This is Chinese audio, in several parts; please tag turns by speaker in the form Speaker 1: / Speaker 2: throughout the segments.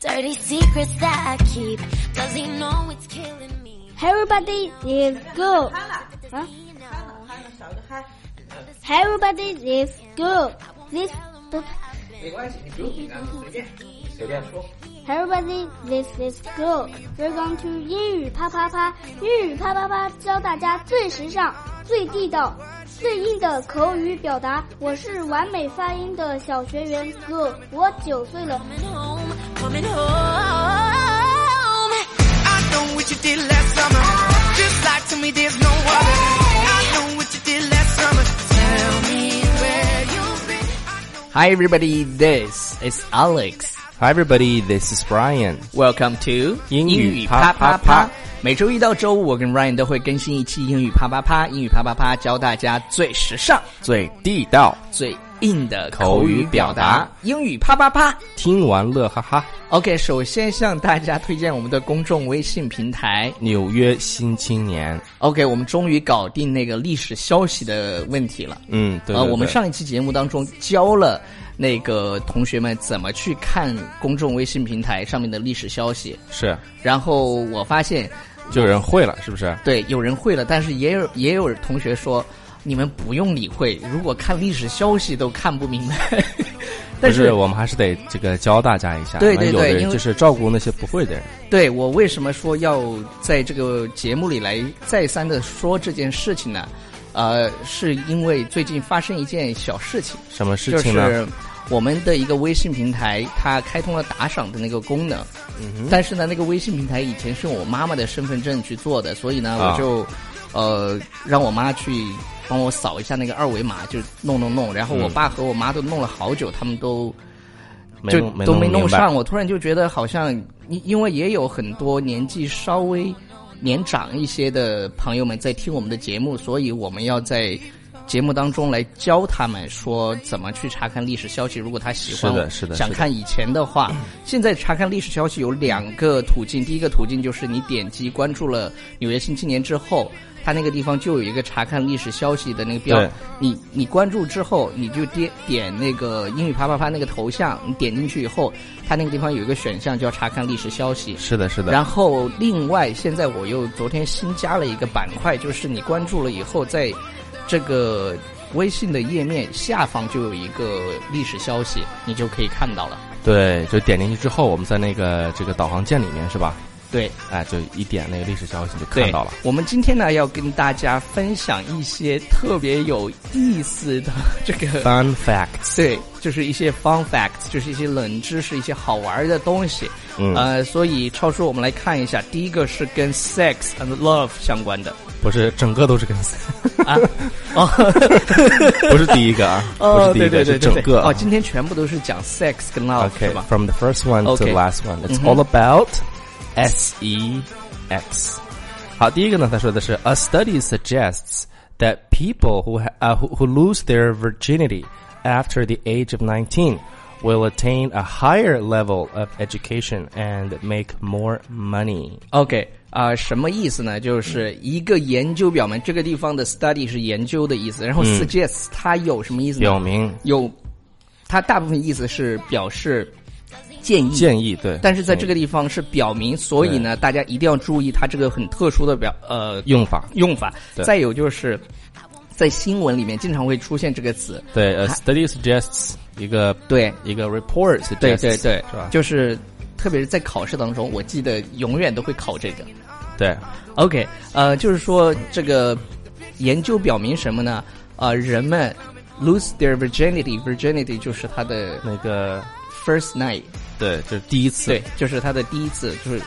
Speaker 1: dirty secrets that I keep. Does he know it's killing me?
Speaker 2: Everybody is good.
Speaker 3: 憨了，
Speaker 2: 啊
Speaker 3: 憨了，憨了，少一个憨，
Speaker 2: Everybody is good. This
Speaker 4: 没关系，你不用紧张，随便随便说。
Speaker 2: Everybody this is good. We're going to 英语啪啪啪，英语啪啪啪，教大家最时尚、最地道、最硬的口语表达。我是完美发音的小学员 Good，我九岁了。
Speaker 1: Coming home, coming home.
Speaker 5: I know what you did last summer. Just like to me, there's no other. I know what you did last summer. Tell me where you've been.
Speaker 6: Hi everybody, this is Alex.
Speaker 7: Hi everybody, this is Brian.
Speaker 6: Welcome to
Speaker 7: 英语
Speaker 6: 啪
Speaker 7: 啪
Speaker 6: 啪
Speaker 7: 啪
Speaker 6: 啪
Speaker 7: 啪。
Speaker 6: 每周一到周五，我跟 Ryan 都会更新一期英语啪啪啪。英语啪啪啪教大家最时尚、
Speaker 7: 最地道，
Speaker 6: 最硬的
Speaker 7: 口
Speaker 6: 语
Speaker 7: 语表达。
Speaker 6: 英语啪啪啪。
Speaker 7: 听完乐哈哈。
Speaker 6: OK，首先向大家推荐我们的公众微信平台。
Speaker 7: 纽约新青年，
Speaker 6: OK，我们终于搞定那个历史消息的问题了。
Speaker 7: 嗯，对
Speaker 6: 呃，
Speaker 7: 对
Speaker 6: 我们
Speaker 7: 对
Speaker 6: 上一期节目当中教了那个同学们怎么去看公众微信平台上面的历史消息，
Speaker 7: 是
Speaker 6: 然后我发现，
Speaker 7: 就有人会了，是不是？
Speaker 6: 对，有人会了，但是也有也有同学说，你们不用理会，如果看历史消息都看不明 白。但
Speaker 7: 不是我们还是得这个教大家一下。
Speaker 6: 对
Speaker 7: 我们
Speaker 6: 对
Speaker 7: 有
Speaker 6: 对
Speaker 7: 的人
Speaker 6: 因为
Speaker 7: 就是照顾那些不会的人。
Speaker 6: 对我为什么说要在这个节目里来再三的说这件事情呢？呃，是因为最近发生一件小事情，
Speaker 7: 什么事情呢？
Speaker 6: 就是我们的一个微信平台，它开通了打赏的那个功能。嗯、但是呢，那个微信平台以前是我妈妈的身份证去做的，所以呢，
Speaker 7: 啊
Speaker 6: 我就呃让我妈去帮我扫一下那个二维码，就弄弄弄。然后我
Speaker 7: 嗯
Speaker 6: 爸和我妈都弄了好久，他们都
Speaker 7: 没
Speaker 6: 就
Speaker 7: 弄没
Speaker 6: 都没弄
Speaker 7: 明白
Speaker 6: 上，我突然就觉得好像，因因为也有很多年纪稍微年长一些的朋友们在听我们的节目，所以我们要在节目当中来教他们说怎么去查看历史消息。如果他喜欢，
Speaker 7: 是的是的
Speaker 6: 想
Speaker 7: 是的
Speaker 6: 看以前的 话，现在查看历史消息有两个途径，第一个途径就是你点击关注了《纽约新青年》之后。它那个地方就有一个查看历史消息的那个标
Speaker 7: 对，
Speaker 6: 你你关注之后，你就点点那个英语啪啪啪那个头像，你点进去以后，它那个地方有一个选项叫查看历史消息。
Speaker 7: 是的，是的。
Speaker 6: 然后另外，现在我又昨天新加了一个板块，就是你关注了以后，在这个微信的页面下方就有一个历史消息，你就可以看到了。
Speaker 7: 对，就点进去之后，我们在那个这个导航键里面是吧？
Speaker 6: 对，
Speaker 7: 哎，就一点那个历史消息就看到了。
Speaker 6: 我们今天呢，要跟大家分享一些特别有意思的这个
Speaker 7: Fun fact，
Speaker 6: 对，就是一些 fun facts，就是一些冷知识，一些好玩的东西。
Speaker 7: 嗯
Speaker 6: 呃，所以超叔，我们来看一下，第一个是跟 sex and love 相关的
Speaker 7: 不是整个都是跟，
Speaker 6: 啊，哦，
Speaker 7: 不是第一个啊，不
Speaker 6: 哦，
Speaker 7: 是第
Speaker 6: 对
Speaker 7: 一
Speaker 6: 对对
Speaker 7: 个，是
Speaker 6: 对
Speaker 7: 整
Speaker 6: 对，
Speaker 7: 个啊。
Speaker 6: 哦，今天全部都是讲 sex 跟 love、
Speaker 7: Okay,
Speaker 6: 是吧？
Speaker 7: from the first one to
Speaker 6: Okay. Mm-hmm.
Speaker 7: the last one, it's
Speaker 6: 嗯哼。
Speaker 7: all about sex. 好，第一个呢，他说的是 A study suggests that people who ha- 啊、who who lose their virginity after the age of 19 will attain a higher level of education and make more money.
Speaker 6: OK 啊、什么意思呢？就是一个研究表明这个地方的 study 是研究的意思，然后 suggest 它有什么意思呢？
Speaker 7: 嗯表明
Speaker 6: 有，它大部分意思是表示建议。
Speaker 7: 建议对，
Speaker 6: 但是在这个
Speaker 7: 嗯
Speaker 6: 地方是表明，所以呢，大家一定要注意它这个很特殊的表呃
Speaker 7: 用法
Speaker 6: 用法。
Speaker 7: 对
Speaker 6: 再有就是，在新闻里面经常会出现这个词，
Speaker 7: 对，a 呃
Speaker 6: 还
Speaker 7: study suggests 一个
Speaker 6: 对，
Speaker 7: 一个 report suggests
Speaker 6: 对对对
Speaker 7: 是吧？，
Speaker 6: 就是特别是在考试当中，我记得永远都会考这个。
Speaker 7: 对
Speaker 6: OK，呃，就是说这个研究表明什么呢？呃，人们 lose their virginity，virginity 就是他的
Speaker 7: 那个
Speaker 6: first night，
Speaker 7: 对，就是第一次
Speaker 6: 对，就是他的第一次，就是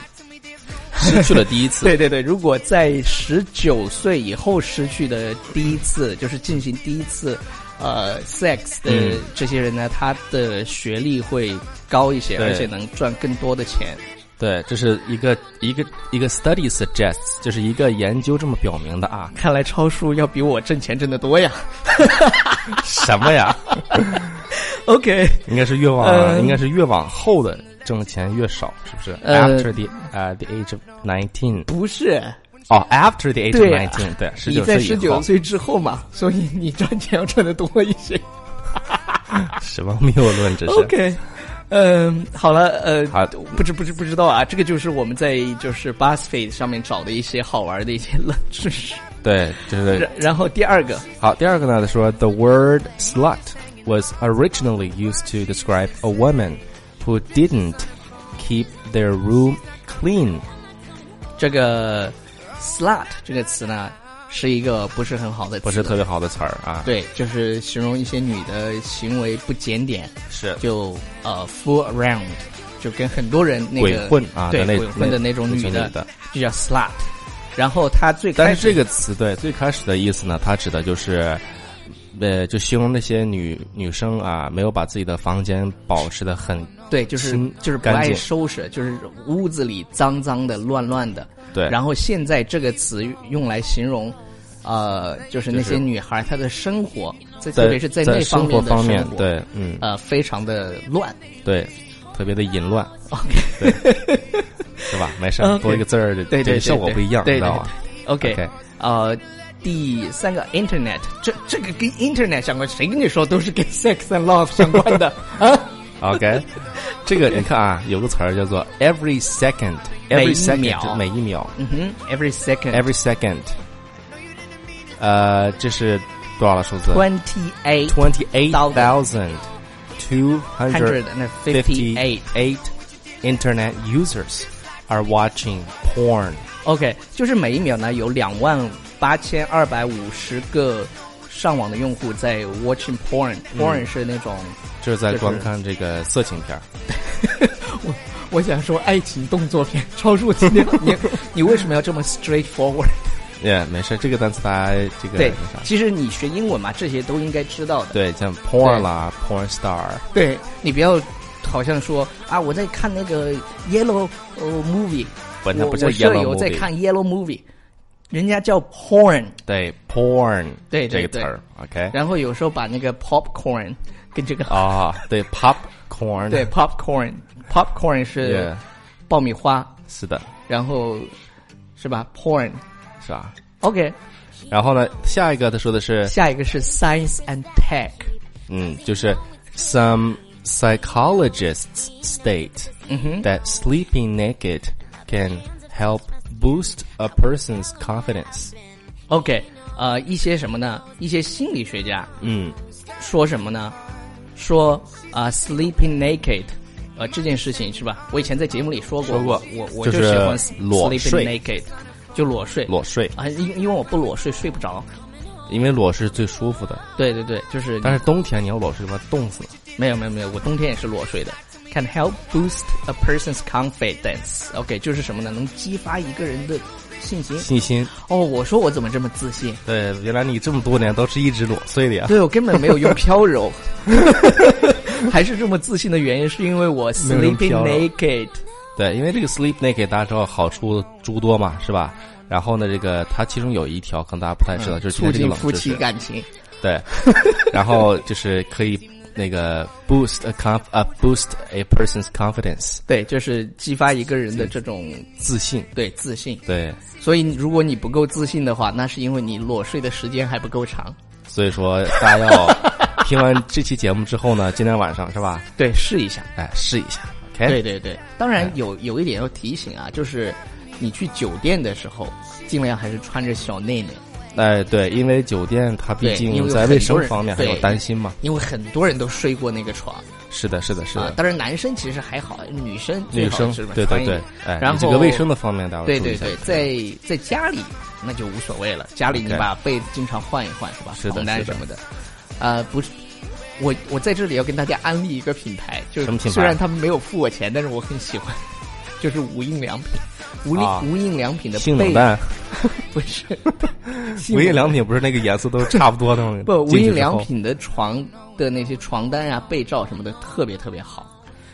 Speaker 7: 失去了第一次，
Speaker 6: 对对对，如果在十九岁以后失去的第一次，就是进行第一次呃 sex 的
Speaker 7: 嗯
Speaker 6: 这些人呢，他的学历会高一些，
Speaker 7: 对
Speaker 6: 而且能赚更多的钱。。
Speaker 7: 对，这是一个一个一个 study suggests，就是一个研究这么表明的啊
Speaker 6: 看来超叔要比我挣钱挣得多呀。啊
Speaker 7: 什么呀？
Speaker 6: OK，
Speaker 7: 应该是越往、
Speaker 6: 呃
Speaker 7: 应该是越往后的挣钱越少，是不是、
Speaker 6: 呃
Speaker 7: a f t e r the 呃、the age of nineteen
Speaker 6: 不是，
Speaker 7: 哦，after the age of
Speaker 6: 对啊
Speaker 7: nineteen，对，十
Speaker 6: 你
Speaker 7: 九
Speaker 6: 在
Speaker 7: 岁
Speaker 6: 十
Speaker 7: 以
Speaker 6: 九
Speaker 7: 后，
Speaker 6: 岁之后嘛，所以你赚钱要赚得多一些。
Speaker 7: 什么谬论这是
Speaker 6: OK，嗯，好了，呃，
Speaker 7: 好
Speaker 6: 不知不知不知道啊，这个就是我们在就是 BuzzFeed 上面找的一些好玩的一些冷知识。
Speaker 7: 对，就是
Speaker 6: 然然后第二个，
Speaker 7: 好，第二个呢他说，the word slut was originally used to describe a woman who didn't keep their room clean。
Speaker 6: 这个 slut 这个词呢，是一个不是很好的词，
Speaker 7: 不是特别好的词儿啊。，
Speaker 6: 对，就是形容一些女的行为不检点，
Speaker 7: 是
Speaker 6: 就呃 fool around，就跟很多人那个
Speaker 7: 鬼混啊
Speaker 6: 对
Speaker 7: 的那
Speaker 6: 鬼混的那种
Speaker 7: 那
Speaker 6: 女
Speaker 7: 种
Speaker 6: 的
Speaker 7: 女的，
Speaker 6: 就叫 slut。然后她最开
Speaker 7: 但是
Speaker 6: 始
Speaker 7: 这个词对最开始的意思呢，它指的就是，呃，就形容那些女女生啊，没有把自己的房间保持的很
Speaker 6: 对，就是
Speaker 7: 清
Speaker 6: 就是不
Speaker 7: 干
Speaker 6: 爱
Speaker 7: 净
Speaker 6: 收拾，就是屋子里脏脏的、乱乱的。
Speaker 7: 对，
Speaker 6: 然后现在这个词用来形容，呃，就是那
Speaker 7: 就
Speaker 6: 些
Speaker 7: 是
Speaker 6: 女孩她的生活，在
Speaker 7: 在
Speaker 6: 特别是在那
Speaker 7: 生
Speaker 6: 面
Speaker 7: 活
Speaker 6: 的
Speaker 7: 方面
Speaker 6: 生，活，
Speaker 7: 对，嗯，
Speaker 6: 呃，非常的乱。
Speaker 7: 对，特别的淫乱，对， 是吧？没事儿，
Speaker 6: OK
Speaker 7: 多一个字儿，对
Speaker 6: 对对对
Speaker 7: 效果不一样，
Speaker 6: 对对
Speaker 7: 知道吧？
Speaker 6: OK，,
Speaker 7: OK
Speaker 6: 呃，第三个 Internet，这这个跟 Internet 相关，谁跟你说都是跟 sex and love 相关 的啊？
Speaker 7: OK，这个你看啊，有个词儿叫做 every second，
Speaker 6: 每
Speaker 7: every
Speaker 6: 一
Speaker 7: second
Speaker 6: 秒
Speaker 7: 就每一秒
Speaker 6: 嗯哼，every second，every
Speaker 7: ，every second，呃，这是多少的数字
Speaker 6: twenty eight
Speaker 7: ？twenty eight thousand two
Speaker 6: hundred
Speaker 7: hundred
Speaker 6: and
Speaker 7: fifty
Speaker 6: fifty eight。
Speaker 7: eight internet users are watching porn。
Speaker 6: OK，就是每一秒呢有两万八千二百五十个上网的用户在 watching porn，porn、porn 是那种，
Speaker 7: 就是在
Speaker 6: 就是
Speaker 7: 观看这个色情片儿，
Speaker 6: 我我想说爱情动作 片，超出今天你你为什么要这么 straightforward？
Speaker 7: 也、没事，这个单词大家这个
Speaker 6: 对
Speaker 7: 那啥，
Speaker 6: 其实你学英文嘛，这些都应该知道的。
Speaker 7: 对，像 porn 啦，porn star，
Speaker 6: 对你不要好像说啊，我在看那个 yellow、呃 movie，
Speaker 7: 不那
Speaker 6: 我
Speaker 7: 不叫
Speaker 6: 我舍
Speaker 7: yellow
Speaker 6: 友在
Speaker 7: movie
Speaker 6: 看 yellow movie，人家叫 porn，
Speaker 7: 对，porn，
Speaker 6: 对
Speaker 7: 这
Speaker 6: 对
Speaker 7: 个词儿，OK，
Speaker 6: 然后有时候把那个 popcorn 跟这个
Speaker 7: 啊，对，popcorn，
Speaker 6: 对，popcorn，popcorn 是
Speaker 7: ，yeah，
Speaker 6: 爆米花，
Speaker 7: 是的，
Speaker 6: 然后是吧？porn。
Speaker 7: 是吧？
Speaker 6: OK，
Speaker 7: 然后呢，下一个他说的是，
Speaker 6: 下一个是 science and tech。
Speaker 7: 嗯，就是 some psychologists state
Speaker 6: 嗯哼，
Speaker 7: that sleeping naked can help boost a person's confidence。
Speaker 6: OK，呃，一些什么呢？一些心理学家
Speaker 7: 嗯，
Speaker 6: 说什么呢？说啊、s l e e p i n g naked，呃，这件事情是吧？我以前在节目里说过，
Speaker 7: 说过
Speaker 6: 我我我
Speaker 7: 就是
Speaker 6: 喜欢 s-
Speaker 7: 裸
Speaker 6: sleeping
Speaker 7: 睡
Speaker 6: naked，就裸睡。
Speaker 7: 裸睡，
Speaker 6: 啊，因因为我不裸睡睡不着。
Speaker 7: 因为裸是最舒服的，
Speaker 6: 对对对，就是
Speaker 7: 但是冬天你要裸睡的话冻死了。
Speaker 6: 没有没有没有，我冬天也是裸睡的。Can help boost a person's confidence. OK，就是什么呢？能激发一个人的信心。
Speaker 7: 信心，
Speaker 6: 哦，我说我怎么这么自 信？
Speaker 7: 对，原来你这么多年都是一直裸睡的呀。
Speaker 6: 对我根本没有用飘 柔，还是这么自信的原因，是因为我
Speaker 7: 没有用
Speaker 6: sleeping
Speaker 7: 飘柔
Speaker 6: naked。
Speaker 7: 对，因为这个 sleep naked 大家知道好处诸多嘛，是吧？然后呢，这个它其中有一条可能大家不太知道，啊就是
Speaker 6: 嗯
Speaker 7: 今
Speaker 6: 促
Speaker 7: 天这个
Speaker 6: 进
Speaker 7: 冷
Speaker 6: 夫
Speaker 7: 知
Speaker 6: 妻
Speaker 7: 识。
Speaker 6: 感情。
Speaker 7: 对， 然后就是可以那个 boost a conf 啊 boost a person's confidence
Speaker 6: 对，就是激发一个人的这种
Speaker 7: 自信。
Speaker 6: 对自信。
Speaker 7: 对，
Speaker 6: 所以如果你不够自信的话，那是因为你裸睡的时间还不够长。
Speaker 7: 所以说大家要听完这期节目之后呢，今天晚上是吧？
Speaker 6: 对，试一下。
Speaker 7: 哎，试一下。
Speaker 6: 对
Speaker 7: OK，
Speaker 6: 对对，当
Speaker 7: 嗯
Speaker 6: 然有有一点要提醒啊，就是你去酒店的时候，尽量还是穿着小内内，
Speaker 7: 哎，对，因为酒店它毕
Speaker 6: 对因为
Speaker 7: 竟
Speaker 6: 有
Speaker 7: 在
Speaker 6: 很
Speaker 7: 卫
Speaker 6: 多
Speaker 7: 生
Speaker 6: 人
Speaker 7: 方面还有
Speaker 6: 对
Speaker 7: 担心嘛。
Speaker 6: 因为很多人都睡过那个床
Speaker 7: 是的，是的，是
Speaker 6: 啊
Speaker 7: 的。。
Speaker 6: 当然男生其实还好，女生最
Speaker 7: 女
Speaker 6: 好
Speaker 7: 生
Speaker 6: 是吧
Speaker 7: 对
Speaker 6: 穿
Speaker 7: 对
Speaker 6: 一
Speaker 7: 对
Speaker 6: 点，
Speaker 7: 哎，
Speaker 6: 然后
Speaker 7: 你这个卫生的方面，大家
Speaker 6: 对
Speaker 7: 注意
Speaker 6: 对
Speaker 7: 一下
Speaker 6: 对，在在家里那就无所谓了，家里你
Speaker 7: OK
Speaker 6: 把被经常换一换是吧？
Speaker 7: 是的
Speaker 6: 床单
Speaker 7: 是的
Speaker 6: 什么的，呃，不是。我我在这里要跟大家安利一个品牌，就
Speaker 7: 什么
Speaker 6: 是
Speaker 7: 品牌
Speaker 6: 虽然他们没有付我钱，但是我很喜欢，就是无印良品，无印、
Speaker 7: 啊
Speaker 6: 无印良品的
Speaker 7: 性
Speaker 6: 被
Speaker 7: 冷淡，
Speaker 6: 不 是
Speaker 7: 无印良品不是那个颜色都差不多的 吗？
Speaker 6: 不无
Speaker 7: 进去
Speaker 6: 印
Speaker 7: 之
Speaker 6: 良
Speaker 7: 后，
Speaker 6: 品的床的那些床单啊、被罩什么的特别特别好，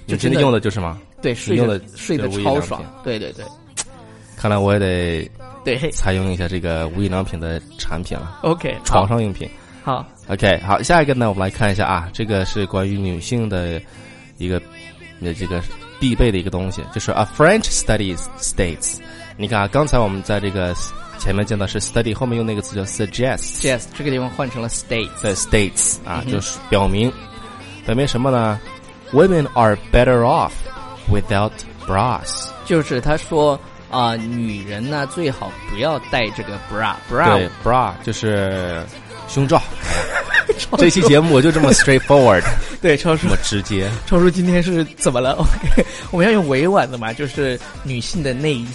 Speaker 7: 你
Speaker 6: 就真
Speaker 7: 真的
Speaker 6: 的
Speaker 7: 用的就是吗？
Speaker 6: 对睡
Speaker 7: 用
Speaker 6: 得
Speaker 7: 的
Speaker 6: 睡得
Speaker 7: 这无印
Speaker 6: 超
Speaker 7: 良
Speaker 6: 爽
Speaker 7: 品，
Speaker 6: 对对对
Speaker 7: 看来我也得
Speaker 6: 对
Speaker 7: 采用一下这个无印良品的产品了，
Speaker 6: ，OK
Speaker 7: 床上用品。
Speaker 6: 好
Speaker 7: OK，好，下一个呢，我们来看一下啊，这个是关于女性的一个呃这个必备的一个东西，就是 a French study states。你看啊，刚才我们在这个前面见到是 study，后面用那个词叫 suggest。
Speaker 6: ，Yes 这个地方换成了 Stay，
Speaker 7: 在 states 啊，就是表明表明什么呢？ women are better off without bras。
Speaker 6: 就是他说啊、女人呢最好不要戴这个 bra
Speaker 7: 对
Speaker 6: bra，
Speaker 7: ，bra 就是胸 罩。这期节目我就这么 straightforward，
Speaker 6: 对，超
Speaker 7: 这
Speaker 6: 叔
Speaker 7: 么直接。
Speaker 6: 超叔今天是怎么了？OK，我 们要用委婉的嘛，就是女性的 内衣，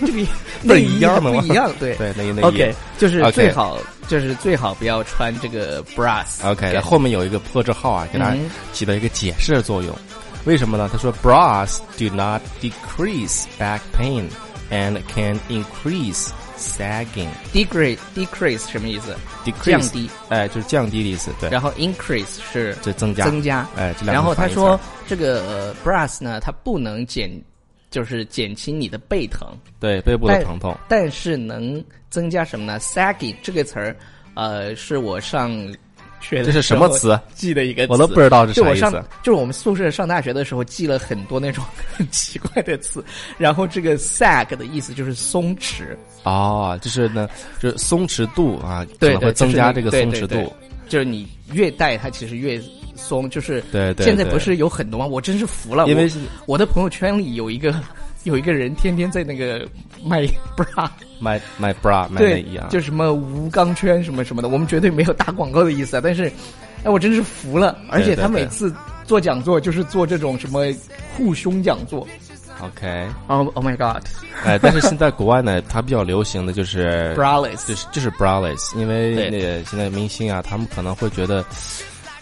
Speaker 6: 这个
Speaker 7: 不是
Speaker 6: 内衣
Speaker 7: 一样的吗
Speaker 6: 不一样，对。
Speaker 7: 对，内衣内衣。
Speaker 6: OK，就是最
Speaker 7: OK
Speaker 6: 好就是最好不要穿这个 bras。
Speaker 7: OK，那后面有一个破折号啊，给大家
Speaker 6: 嗯
Speaker 7: 起到一个解释的作用。为什么呢？他说，bras do not decrease back pain and can increase sagging。
Speaker 6: decrease decrease 什么意思？
Speaker 7: decrease
Speaker 6: 降低，
Speaker 7: 哎，就是降低的意思，对，
Speaker 6: 然后 increase 是
Speaker 7: 就增加，
Speaker 6: 增加。
Speaker 7: 哎，这两个
Speaker 6: 然后他
Speaker 7: 反义词
Speaker 6: 说，这个呃 bras 呢，它不能减，就是减轻你的背疼，
Speaker 7: 对背部的疼痛，
Speaker 6: 但是能增加什么呢？sagging 这个词儿，呃，是我上学的
Speaker 7: 这是
Speaker 6: 时
Speaker 7: 什
Speaker 6: 候
Speaker 7: 么词？啊
Speaker 6: 记的一个词，
Speaker 7: 我都不知道是
Speaker 6: 就
Speaker 7: 啥
Speaker 6: 我
Speaker 7: 意
Speaker 6: 上
Speaker 7: 思。
Speaker 6: 就是我们宿舍上大学的时候记了很多那种 很奇怪的词，然后这个 sag 的意思就是松弛，
Speaker 7: 哦，就是呢，就是松弛度啊，
Speaker 6: 对对
Speaker 7: 可能会
Speaker 6: 就是
Speaker 7: 增加这个
Speaker 6: 对
Speaker 7: 松
Speaker 6: 对
Speaker 7: 弛
Speaker 6: 对
Speaker 7: 度。
Speaker 6: 就是你越戴它其实越松，就是
Speaker 7: 对对
Speaker 6: 现在
Speaker 7: 对
Speaker 6: 不是有很多吗？我真是服了，
Speaker 7: 因为
Speaker 6: 我
Speaker 7: 是
Speaker 6: 我的朋友圈里有一个有一个人天天在那个卖 bra，
Speaker 7: 买买 bra 买内
Speaker 6: 对
Speaker 7: 衣啊，，
Speaker 6: 就什么无钢圈什么什么的，我们绝对没有打广告的意思啊，但是。哎，我真是服了，而且
Speaker 7: 对对
Speaker 6: 他
Speaker 7: 对
Speaker 6: 每次做讲座就是做这种什么护胸讲座
Speaker 7: OK，
Speaker 6: ，Oh Oh my God，
Speaker 7: 哎，但是现在国外呢，它比较流行的就是
Speaker 6: braless，
Speaker 7: 就是就是 braless，因为
Speaker 6: 对
Speaker 7: 那个现在明星啊，他们可能会觉得，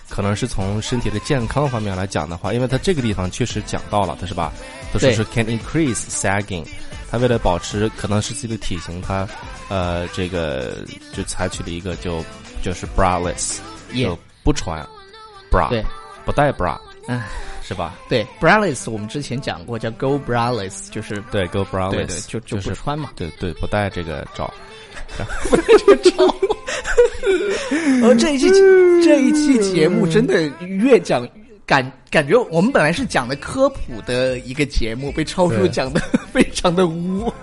Speaker 7: 可能是从身体的健康方面来讲的话，因为他这个地方确实讲到了，他是吧？他说
Speaker 6: 对
Speaker 7: 是 can increase sagging，他为了保持可能是自己的体型，他呃这个就采取了一个就就是 braless，
Speaker 6: Yeah
Speaker 7: 就不穿 bra，
Speaker 6: 对，
Speaker 7: 不带 bra，
Speaker 6: 唉
Speaker 7: 是吧？
Speaker 6: 啊对，braless 我们之前讲过叫 go braless，就是
Speaker 7: 对，go braless，
Speaker 6: 对对，就
Speaker 7: 就
Speaker 6: 不
Speaker 7: 是
Speaker 6: 穿嘛。
Speaker 7: 对对，不带这个罩。
Speaker 6: 呃，这一 期这一期节目真的越讲感感觉我们本来是讲的科普的一个节目，被超叔
Speaker 7: 对
Speaker 6: 讲的 非常的污。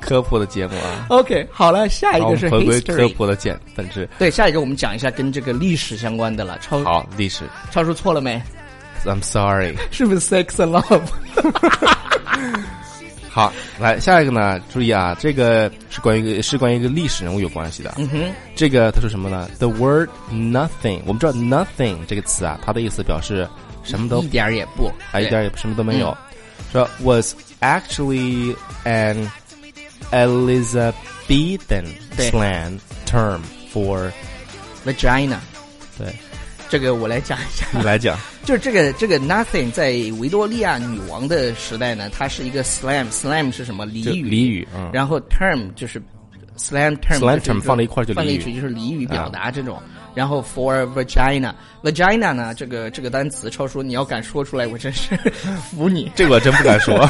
Speaker 7: 科普的节目啊，
Speaker 6: OK，好了，下一
Speaker 7: 好，我
Speaker 6: 个
Speaker 7: 们
Speaker 6: 是
Speaker 7: 回归科
Speaker 6: history。
Speaker 7: 普的简本质。
Speaker 6: 对，下一个我们讲一下跟这个历史相关的了。超
Speaker 7: 好，历史
Speaker 6: 超叔错了没？
Speaker 7: ，I'm sorry。
Speaker 6: 是不是 sex and love？
Speaker 7: 好，来下一个呢？注意啊，这个是关于一个是关于一个历史人物有关系的。
Speaker 6: 嗯哼，
Speaker 7: 这个他说什么呢？The word nothing，我们知道 nothing 这个词啊，它的意思表示什么都
Speaker 6: 一点儿也不，
Speaker 7: 啊，一点儿也什么都没有。说 was actually an Elizabethan
Speaker 6: 对
Speaker 7: slang term for，
Speaker 6: 对 vagina。
Speaker 7: 对
Speaker 6: 这个我来讲一下。
Speaker 7: 你来讲，
Speaker 6: 就是这个这个 nothing 在维多利亚女王的时代呢，它是一个 slam，slam 是什么
Speaker 7: 就
Speaker 6: 俚语？
Speaker 7: 俚语，嗯，
Speaker 6: 然后 term 就是 slam term，
Speaker 7: slam
Speaker 6: 就是
Speaker 7: term 放在一块儿就
Speaker 6: 放在
Speaker 7: 俚
Speaker 6: 一
Speaker 7: 语啊
Speaker 6: 起就是俚语表达这种。然后 for vagina vagina 呢，这个这个单词超叔你要敢说出来，我真是服你。
Speaker 7: 这个我真不 敢说，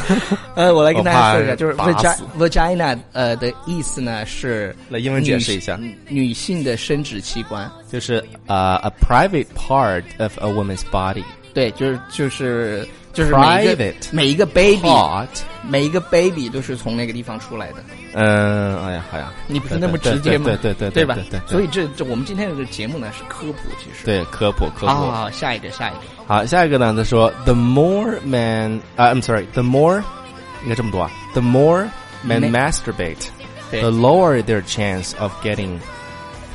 Speaker 6: 呃，我来跟大家说一下，
Speaker 7: 我怕
Speaker 6: 就是
Speaker 7: 打
Speaker 6: vagina
Speaker 7: 死
Speaker 6: vagina 呃的意思呢是
Speaker 7: 来英文解释一下
Speaker 6: 女女性的生殖器官。
Speaker 7: 就是呃、a private part of a woman's body。
Speaker 6: 对，就是就是就是每一个
Speaker 7: Private 哦
Speaker 6: 每一个 baby
Speaker 7: Part
Speaker 6: 每一个 baby 都是从那个地方出来的，
Speaker 7: 嗯，哎呀，哎呀，
Speaker 6: 你不是那么直接吗？
Speaker 7: 对对对
Speaker 6: 对吧
Speaker 7: 对对，
Speaker 6: 所以这这我们今天的节目呢是科普，其实。
Speaker 7: 对科普科
Speaker 6: 好好
Speaker 7: 普。
Speaker 6: 好，下一个下一个，
Speaker 7: 好，下一个呢，他说 The more man 啊，I'm sorry，The more 应该这么多啊，The more men
Speaker 6: Men-
Speaker 7: masturbate,
Speaker 6: 对
Speaker 7: the lower their chance of getting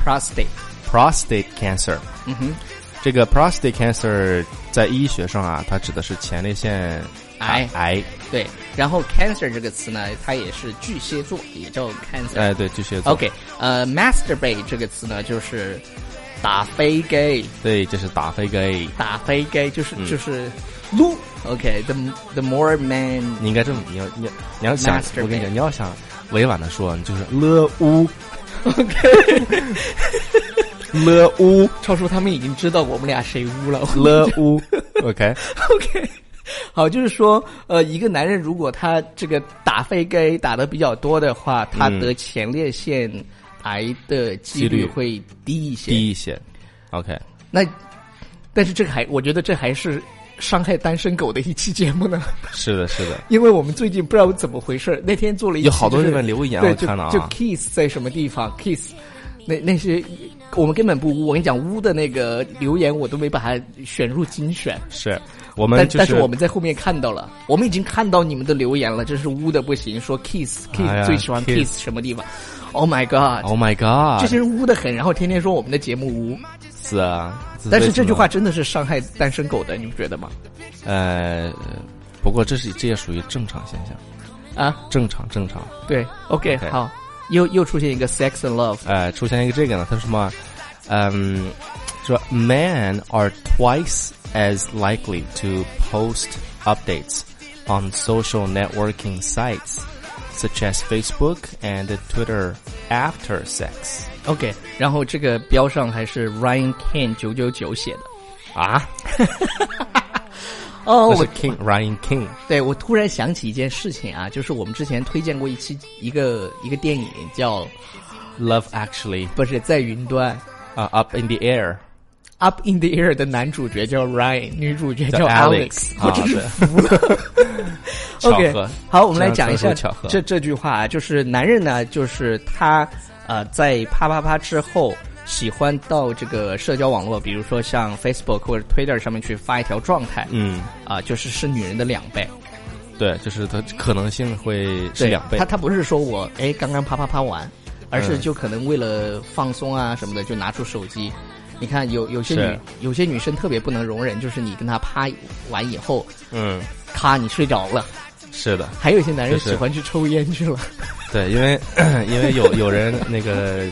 Speaker 6: prostate，
Speaker 7: prostate cancer。
Speaker 6: 嗯哼，
Speaker 7: 这个 prostate cancer 在医学上啊，它指的是前列腺啊
Speaker 6: 癌
Speaker 7: 癌，
Speaker 6: 对。然后 cancer 这个词呢，它也是巨蟹座，也叫 cancer。
Speaker 7: 哎，对，巨蟹座
Speaker 6: OK，呃，masturbate 这个词呢，就是打飞机，
Speaker 7: 对，这是打飞给。
Speaker 6: 打飞机就是、
Speaker 7: 嗯
Speaker 6: 就是撸。OK，the、the more man
Speaker 7: 你应该这么，你要你要你要想，
Speaker 6: Masturbate
Speaker 7: 我跟你讲，你要想委婉的说，你就是了乌 了乌
Speaker 6: 超叔他们已经知道我们俩谁污 了。
Speaker 7: 了乌，OK，
Speaker 6: OK，好，就是说，呃，一个男人如果他这个打肺给打的比较多的话，他
Speaker 7: 嗯
Speaker 6: 得前列腺癌的几
Speaker 7: 几率
Speaker 6: 率会低一些。
Speaker 7: 低一些，OK，
Speaker 6: 那，但是这个还，我觉得这还是伤害单身狗的一期节目呢，
Speaker 7: 是的，是的，
Speaker 6: 因为我们最近不知道怎么回事，那天做了一期、
Speaker 7: 有好多
Speaker 6: 就是
Speaker 7: 人留言
Speaker 6: 对
Speaker 7: 我看到啊
Speaker 6: 就就 kiss 在什么地方 kiss。那那些我们根本不污。我跟你讲，污的那个留言我都没把它选入精选，
Speaker 7: 是我们
Speaker 6: 但
Speaker 7: 就
Speaker 6: 但是我们在后面看到了，我们已经看到你们的留言了，真是污的不行，说 kiss kiss、
Speaker 7: 哎呀
Speaker 6: 最喜欢
Speaker 7: kiss
Speaker 6: kiss 什么地方？Oh my god！、
Speaker 7: Oh my God，
Speaker 6: 这些人污的很，然后天天说我们的节目污，
Speaker 7: 是啊，
Speaker 6: 但是
Speaker 7: 为什
Speaker 6: 这
Speaker 7: 么
Speaker 6: 句话真的是伤害单身狗的，你不觉得吗？
Speaker 7: 呃，不过这是这也属于正常现象，
Speaker 6: 啊，
Speaker 7: 正常正常。
Speaker 6: 对，OK，,
Speaker 7: OK
Speaker 6: 好，又又出现一个 sex and love，
Speaker 7: 呃，出现一个这个呢，他说什么？嗯，说 men are twice as likely to post updates on social networking sites such as Facebook and Twitter after sex
Speaker 6: OK，然后这个标上还是 Ryan Ken 九九九写的。
Speaker 7: 啊，
Speaker 6: 哦
Speaker 7: 这是
Speaker 6: 我
Speaker 7: King Ryan King
Speaker 6: 对我突然想起一件事情啊，就是我们之前推荐过一期一个一个电影叫
Speaker 7: Love Actually
Speaker 6: 不是在云端
Speaker 7: 啊、Up in the Air
Speaker 6: ，Up in the Air 的男主角叫 Ryan，女主角
Speaker 7: 叫
Speaker 6: 叫
Speaker 7: Alex
Speaker 6: 我
Speaker 7: 啊
Speaker 6: 真是
Speaker 7: 对
Speaker 6: 服了。
Speaker 7: 巧合
Speaker 6: OK，好，我们来讲一
Speaker 7: 这
Speaker 6: 下
Speaker 7: 样纯属巧合
Speaker 6: 这这句话啊，就是男人呢，就是他呃，在啪啪啪之后。喜欢到这个社交网络，比如说像 Facebook 或者 Twitter 上面去发一条状态，
Speaker 7: 嗯，
Speaker 6: 啊、就是是女人的两倍，
Speaker 7: 对，就是它可能性会是
Speaker 6: 对
Speaker 7: 两倍
Speaker 6: 他，他不是说我哎刚刚啪啪啪完，而是
Speaker 7: 嗯
Speaker 6: 就可能为了放松啊什么的，就拿出手机。你看有有些
Speaker 7: 是
Speaker 6: 女有些女生特别不能容忍，就是你跟她啪完以后，
Speaker 7: 嗯，
Speaker 6: 咔你睡着了。
Speaker 7: 是的。
Speaker 6: 还有一些男人
Speaker 7: 就是
Speaker 6: 喜欢去抽烟去了。
Speaker 7: 对，因为 因为有有人那个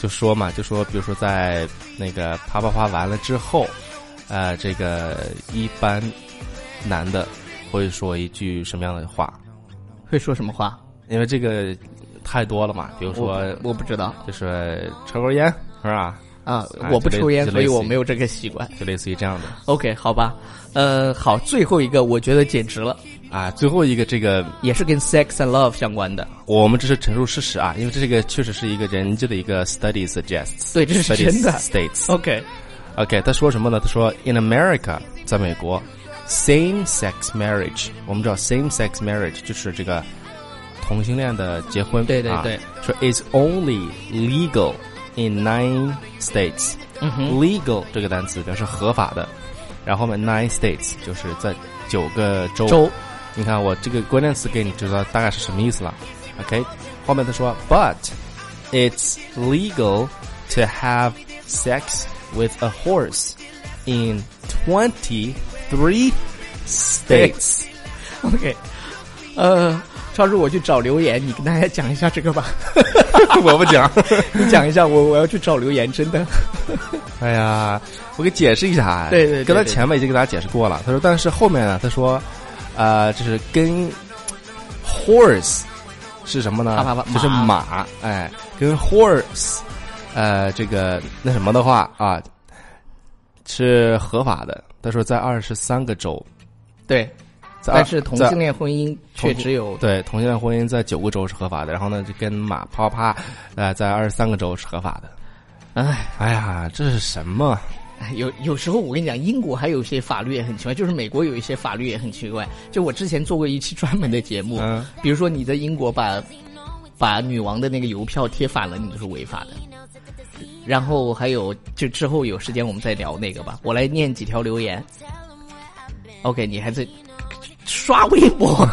Speaker 7: 就说嘛，就说比如说在那个啪啪啪完了之后，呃，这个一般男的会说一句什么样的话？
Speaker 6: 会说什么话？
Speaker 7: 因为这个太多了嘛，比如说
Speaker 6: 我不我不知道
Speaker 7: 就是抽根烟是吧？
Speaker 6: 啊
Speaker 7: 啊，
Speaker 6: 我不
Speaker 7: 就类
Speaker 6: 抽烟，
Speaker 7: 就
Speaker 6: 所
Speaker 7: 类
Speaker 6: 以
Speaker 7: 似
Speaker 6: 我
Speaker 7: 于
Speaker 6: 没有这个习惯。
Speaker 7: 就类似于这样的
Speaker 6: OK，好吧，呃，好，最后一个我觉得简直了，
Speaker 7: 啊。最后一个这个
Speaker 6: 也是跟 sex and love 相关的。
Speaker 7: 我们只是陈述事实啊，因为这个确实是一个人家的一个 study suggests，
Speaker 6: 对这是
Speaker 7: study
Speaker 6: 真的哦
Speaker 7: states。
Speaker 6: OK，
Speaker 7: OK，他说什么呢？他说，In America，在美国，same-sex marriage，我们知道 same-sex marriage 就是这个同性恋的结婚，
Speaker 6: 对对
Speaker 7: 啊
Speaker 6: 对
Speaker 7: 说 is only legal in nine states，
Speaker 6: 嗯哼
Speaker 7: l e g a l 这个单词表示合法的，然后后面 nine states 就是在九个州。
Speaker 6: 周
Speaker 7: 你看我这个关键词给你知道大概是什么意思了。OK，后面他说，But it's legal to have sex with a horse in twenty three states。
Speaker 6: OK，呃，超叔，我去找留言，你跟大家讲一下这个吧。
Speaker 7: 我不讲，
Speaker 6: 你讲一下，我我要去找留言，真的。
Speaker 7: 哎呀，我给解释一下啊。
Speaker 6: 对对对
Speaker 7: 刚才
Speaker 6: 对
Speaker 7: 前面已经给大家解释过了。他说，但是后面呢，他说，呃，就是跟 horse 是什么呢？
Speaker 6: 啪啪啪
Speaker 7: 就是
Speaker 6: 马
Speaker 7: 马，哎，跟 horse，呃，这个那什么的话啊，是合法的。他说，在二十三个州，
Speaker 6: 对，
Speaker 7: 在
Speaker 6: 但是同
Speaker 7: 啊在
Speaker 6: 性恋婚姻却只有
Speaker 7: 对同性恋婚姻在九个州是合法的，然后呢，就跟马啪啪啪，呃，在二十三个州是合法的。
Speaker 6: 唉，
Speaker 7: 哎呀，这是什么？
Speaker 6: 有有时候我跟你讲，英国还有一些法律也很奇怪，就是美国有一些法律也很奇怪。就我之前做过一期专门的节目，
Speaker 7: 嗯
Speaker 6: 比如说你在英国把把女王的那个邮票贴反了，你就是违法的。然后还有，就之后有时间我们再聊那个吧。我来念几条留言。OK，你还在刷微 博？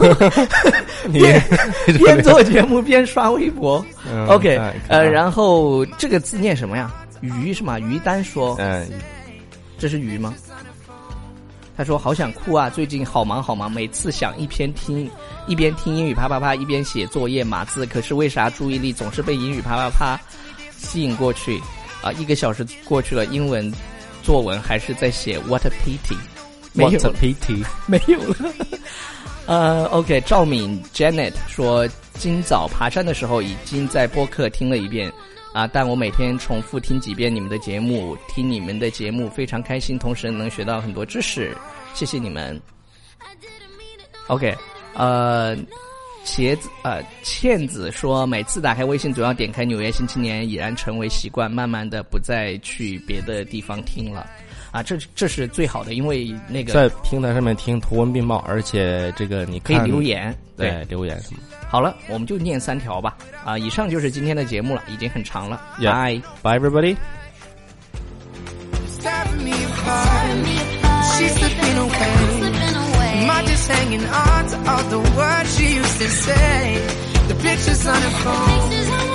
Speaker 7: 你
Speaker 6: 边边做节目边刷微博。
Speaker 7: 嗯
Speaker 6: OK，
Speaker 7: 哎看
Speaker 6: 呃，
Speaker 7: 看
Speaker 6: 然后这个字念什么呀？于是吗？于丹说
Speaker 7: 嗯，
Speaker 6: 这是鱼吗？他说好想哭啊，最近好忙好忙，每次想一边听一边听英语啪啪啪，一边写作业码字，可是为啥注意力总是被英语啪啪啪吸引过去？啊，一个小时过去了，英文作文还是在写 What a pity，没有
Speaker 7: What a
Speaker 6: 了
Speaker 7: pity！
Speaker 6: 没有了。呃，OK，赵敏 Janet 说，今早爬山的时候已经在播客听了一遍啊，但我每天重复听几遍你们的节目，听你们的节目非常开心，同时能学到很多知识，谢谢你们。OK，呃，茄子呃倩子说，每次打开微信总要点开《纽约新青年》，已然成为习惯，慢慢的不再去别的地方听了。啊，这这是最好的，因为那个
Speaker 7: 在平台上面听图文并茂，而且这个你
Speaker 6: 可以
Speaker 7: 看
Speaker 6: 留，言。对，
Speaker 7: 对留言什么。
Speaker 6: 好了，我们就念三条吧。啊，以上就是今天的节目了，已经很长了。
Speaker 7: Yeah.
Speaker 6: 拜。
Speaker 7: Bye everybody.
Speaker 5: She's tearing me apart. She's slipping away.
Speaker 1: Slipping away.
Speaker 5: My just hanging on to all the words she used to say. The pictures on her phone.
Speaker 1: Pictures on her
Speaker 5: Oh,